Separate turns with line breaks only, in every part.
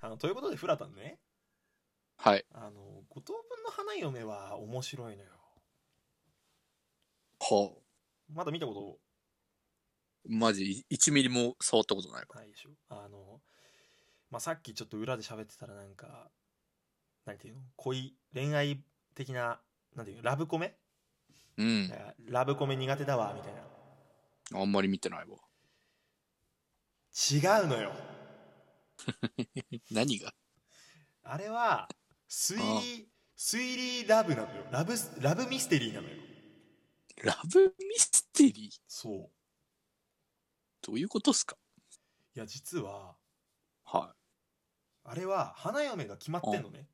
あのということでフラタンね
はい。
あの五等分の花嫁は面白いのよ
ほ
まだ見たこと
う。マジ、い1ミリも触ったことないわ。
ないでしょあの、まあ、さっきちょっと裏で喋ってたらなんかなんていうの恋恋愛的ななんていうのラブコメ
うん。
ラブコメ苦手だわみたい
あんまり見てないわ。
な違うのよ
何が
あれは推理推理ラブなのよラブスラブミステリーなのよ
ラブミステリー
そう
どういうことっすか
いや実は
はい。
あれは花嫁が決まってんのね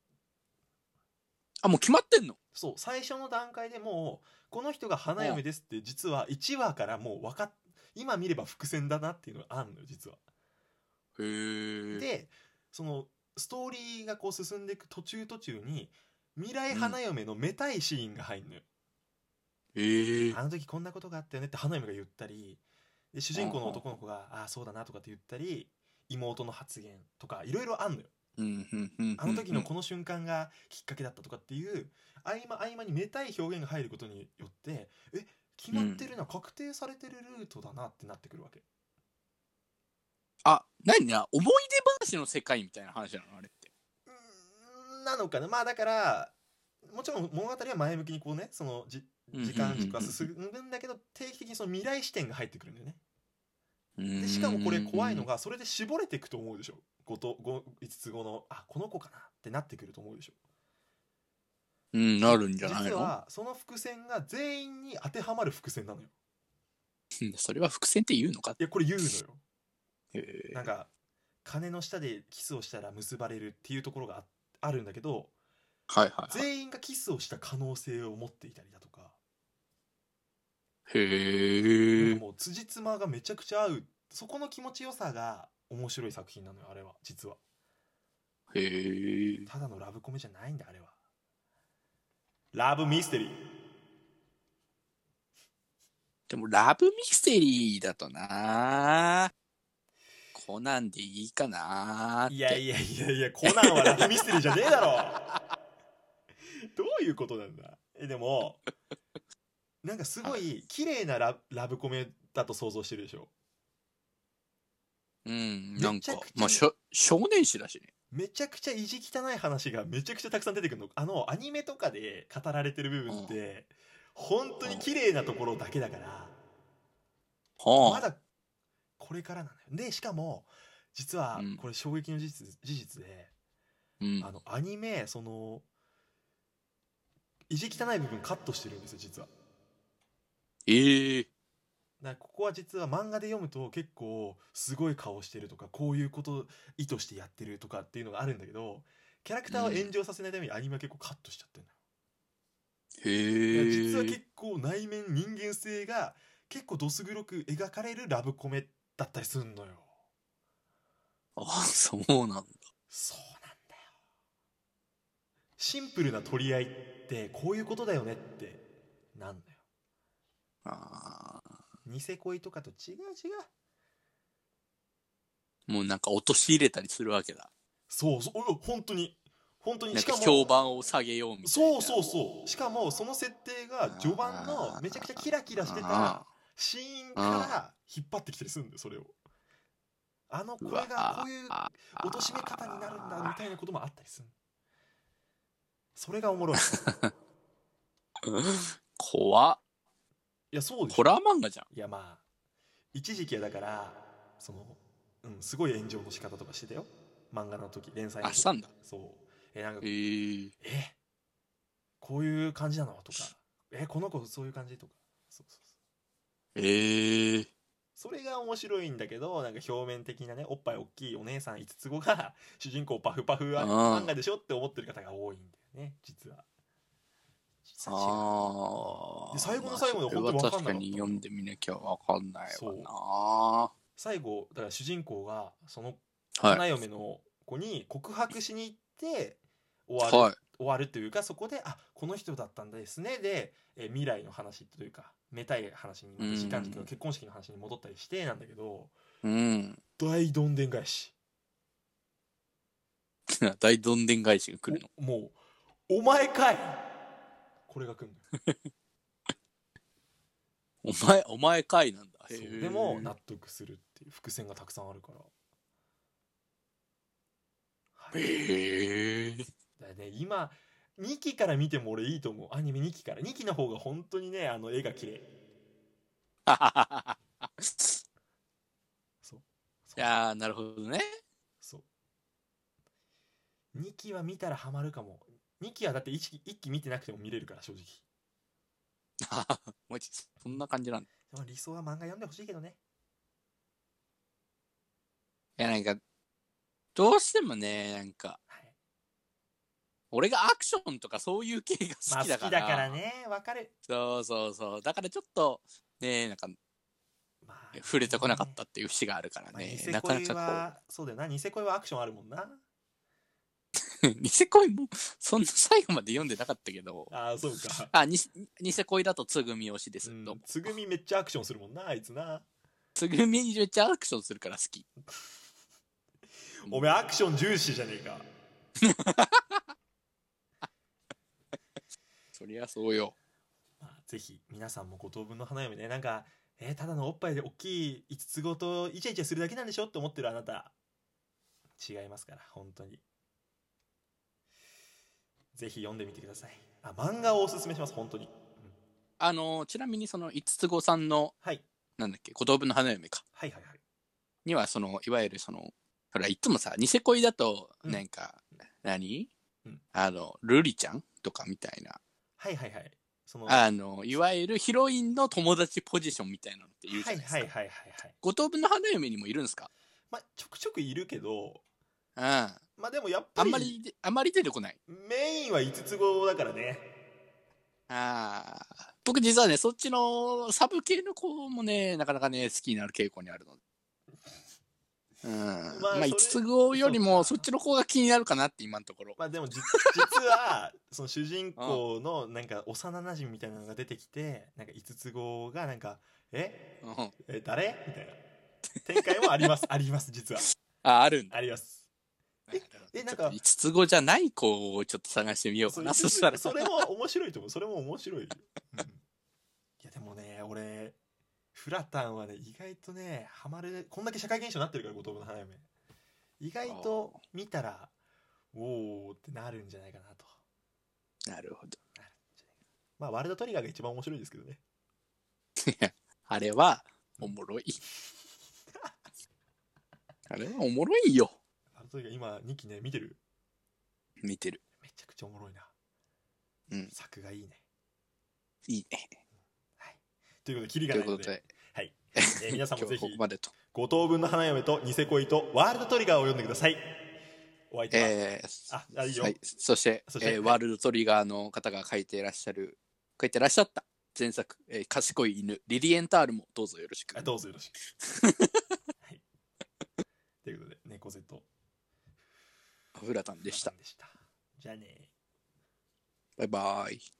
あ、もう決まってんの
そう最初の段階でもうこの人が花嫁ですって実は1話からもう分かっ今見れば伏線だなっていうのがあるのよ実は。
へえ。
でそのストーリーがこう進んでいく途中途中に未来花嫁のめたいシーンが入るのよ、
へえ。
あの時こんなことがあったよねって花嫁が言ったりで主人公の男の子が「ああそうだな」とかって言ったり妹の発言とかいろいろあんのよ
うん、うん、うん。
あの時のこの瞬間がきっかけだったとかっていう合間合間にめたい表現が入ることによってえ決まってるな、確定されてるルートだなってなってくるわけ
あ、何な思い出話の世界みたいな話なのあれって。
うーんなのかなまあだからもちろん物語は前向きにこうねそのじ
うん
時間軸は進むんだけど定期的にその未来視点が入ってくるんだよね
で
でしかもこれ怖いの。がそれで絞れていくと思うでしょ5と5 5つ後のあこの子かなってなってくると思うでしょ
うん、なるんじゃない
実
の
はその伏線が全員に当てはまる伏線なのよ
うんそれは伏線って言うのか
いやこれ言うのよ
へえ
なんか鐘の下でキスをしたら結ばれるっていうところがああるんだけど
はいはいはい。
全員がキスをした可能性を持っていたりだとか
へ
なん
え
か。もう辻褄がめちゃくちゃ合うそこの気持ちよさが面白い作品なのよあれは実は
へえ。
ただのラブコメじゃないんだあれはラブミステリー
でも、ラブミステリーだとなコナンでいいかなって。
いやいやいやいやコナンはラブミステリーじゃねえだろどういうことなんだえでもなんかすごい綺麗なララブコメだと想像してるでしょ
うん、なんか
めちゃくち、ゃ
まあ、しょ少年誌だしね。
めちゃくちゃ意地汚い話がめちゃくちゃたくさん出てくるのあのアニメとかで語られてる部分って本当に綺麗なところだけだからま
はあ。
だこれからなのよでしかも実は
うん
これ衝撃の事実事実で
うん
あ。のアニメその意地汚い部分カットしてるんですよ実は
ええ
だからここは実は漫画で読むと結構すごい顔してるとかこういうこと意図してやってるとかっていうのがあるんだけどキャラクターを炎上させないためにアニメは結構カットしちゃってるのよいや
へえ。
実は結構内面人間性が結構どす黒く描かれるラブコメだったりすんのよ
あ、そうなんだ。
そうなんだよシンプルな取り合いってこういうことだよねってなんだよ
あ
ニセ恋とかと違う違う
ーもうなんか陥れたりするわけだ。
そうそうお本当に本当に
なん
しか
か
も
評判を下げようみたい
そ
な。
うそうそうしかもその設定が序盤のめちゃくちゃキラキラしてた
あ
シーンから引っ張ってきたりするんだよそれをあの
ー
これがこういう
わー
貶め方になるんだみたいなこともあったりするそれがお もろい
怖っ
いやそうでし
ホ
ょ
ラー漫画じゃん。
いやまあ一時期はだからそのうんすごい炎上の仕方とかしてたよ漫画の時連載の
あ、
時
したんだ。
そうえなんか
へえ。
えこういう感じなのとかえこの子そういう感じとかそうそうそう
ええ。
それが面白いんだけどなんか表面的なねおっぱい大きいお姉さん5つ子が 主人公パフパフ
あー
漫画でしょって思ってる方が多いんだよね実は実は違う
ああ。
で最後の最後まで本当に
まあ
分
そ
か
れは
んなかった
確かに読んでみなきゃわかんないわ
最後だから主人公がその
な。は
花
い。
嫁の子に告白しに行って終わる
はい。
終わるというかそこであこの人だったんですねで、えー未来の話というかめたい話に
うん
時間軸の結婚式の話に戻ったりしてなんだけど
うん。
大どんでん返し
な 大どんでん返しが来るの。
おもう「お前かい!」これが来るのよ
お前、お前かいなんだ。へ
そう
ー
でも納得するっていう伏線がたくさんあるから、はい
へえ。
だからね今2期から見ても俺いいと思うアニメ2期から2期の方が本当にねあの絵が綺麗そう
いやー、なるほどね。
そう2期は見たらハマるかも2期はだって 1, 期一期見てなくても見れるから正直
マジ、そんな感じなんだ。
まあ理想は漫画読んでほしいけどね
いや、なんか、どうしてもね、なんか、
はい
俺がアクションとかそういう系が
まあ好
好き
きだ
だか。
かららねわかる
そうそうそう。だからちょっと、ね、なんか、
まあ
触れてこなかったっていう節があるから
まあ、ニ
ね。
セ
なかな
恋
か
はそうだよなニセ恋はアクションあるもんな
こう、 ニセ恋も、そんな最後まで読んでなかったけど、
ああそうか
あ、ニセニセ恋だとつぐみ推しです。
うん
どうも
つぐみめっちゃアクションするもんなあいつな
つぐみめっちゃアクションするから好き。
おめえアクション重視じゃねえか
そりゃそうよ。
まあ、ぜひ皆さんもご当分の花嫁ねなんか、えーただのおっぱいで大きい五つ子とイチャイチャするだけなんでしょって思ってるあなた違いますから本当にぜひ読んでみてくださいあ漫画をおすすめします本当に
あの、ちなみにその五つ子さんの、
はい
なんだっけ、五等分の花嫁か。
はいはいはい
には、その、いわゆるその、ほら、いつもさ、ニセ恋だと、
うん
なんか、何、
うん
あの、ルリちゃんとかみたいな。
はいはいはいそのはい
あの、いわゆるヒロインの友達ポジションみたいなのって言うじ
は
ゃ
い
ないです
は
か。
いはいはい
五等分の花嫁にもいるんですか
まあちょくちょくいるけど
うん。あ
まあでもやっぱ
ん
り
まりで、あんまり出てこない。
メインは五つ子だからね
ああ。僕実はね、そっちのサブ系の子もね、なかなかね、好きになる傾向にあるので。うん。ま
あそ
あ、
れ
五つ子よりも、
そ
そうっ
か
ちの子が気になるかなって、今のところ。
まあでもじ 実はその主人公のなんか幼馴染みたいなのが出てきてなんか五つ子がなんか「え
うん。あ
え誰?」みたいな展開もあり ますあります実は
あ、るんだ。
ありますええなんか
ちょっと五つ子じゃない子をちょっと探してみようか
そ
な。
れ
そしたら。
それも面白いと思うそれも面白い、うんいやでもね俺フラタンはね意外とねハマるこんだけ社会現象になってるから五等分の花嫁意外と見たらおおってなるんじゃないかなと
なるほど。
まあワールドトリガーが一番面白いですけどね
あれは、おもろい。 あれはおもろいよ。
あの時が今2期ね見てる
見てる。
めちゃくちゃおもろいな、
うん
作がいいね
いいね。
ということでキリ
と
が
い
ない
う
の
こと
で
で、
はい、えー皆さ
今
ん
日
もぜ
は
ひ
ここまでと。
「五等分の花嫁」と「ニセ恋」と「ワールドトリガー」を読んでくださいお相手は、
えー
ああいいよ、
はい、そして
そして
えーワールドトリガーの方が書いていらっしゃる、書いていらっしゃった前作、えー賢い犬、リリエンタールもどうぞよろしく
あ。どうぞよろしく、 はい、ということで猫背と
フラタンでした。
でしたじゃあね
バイバイ。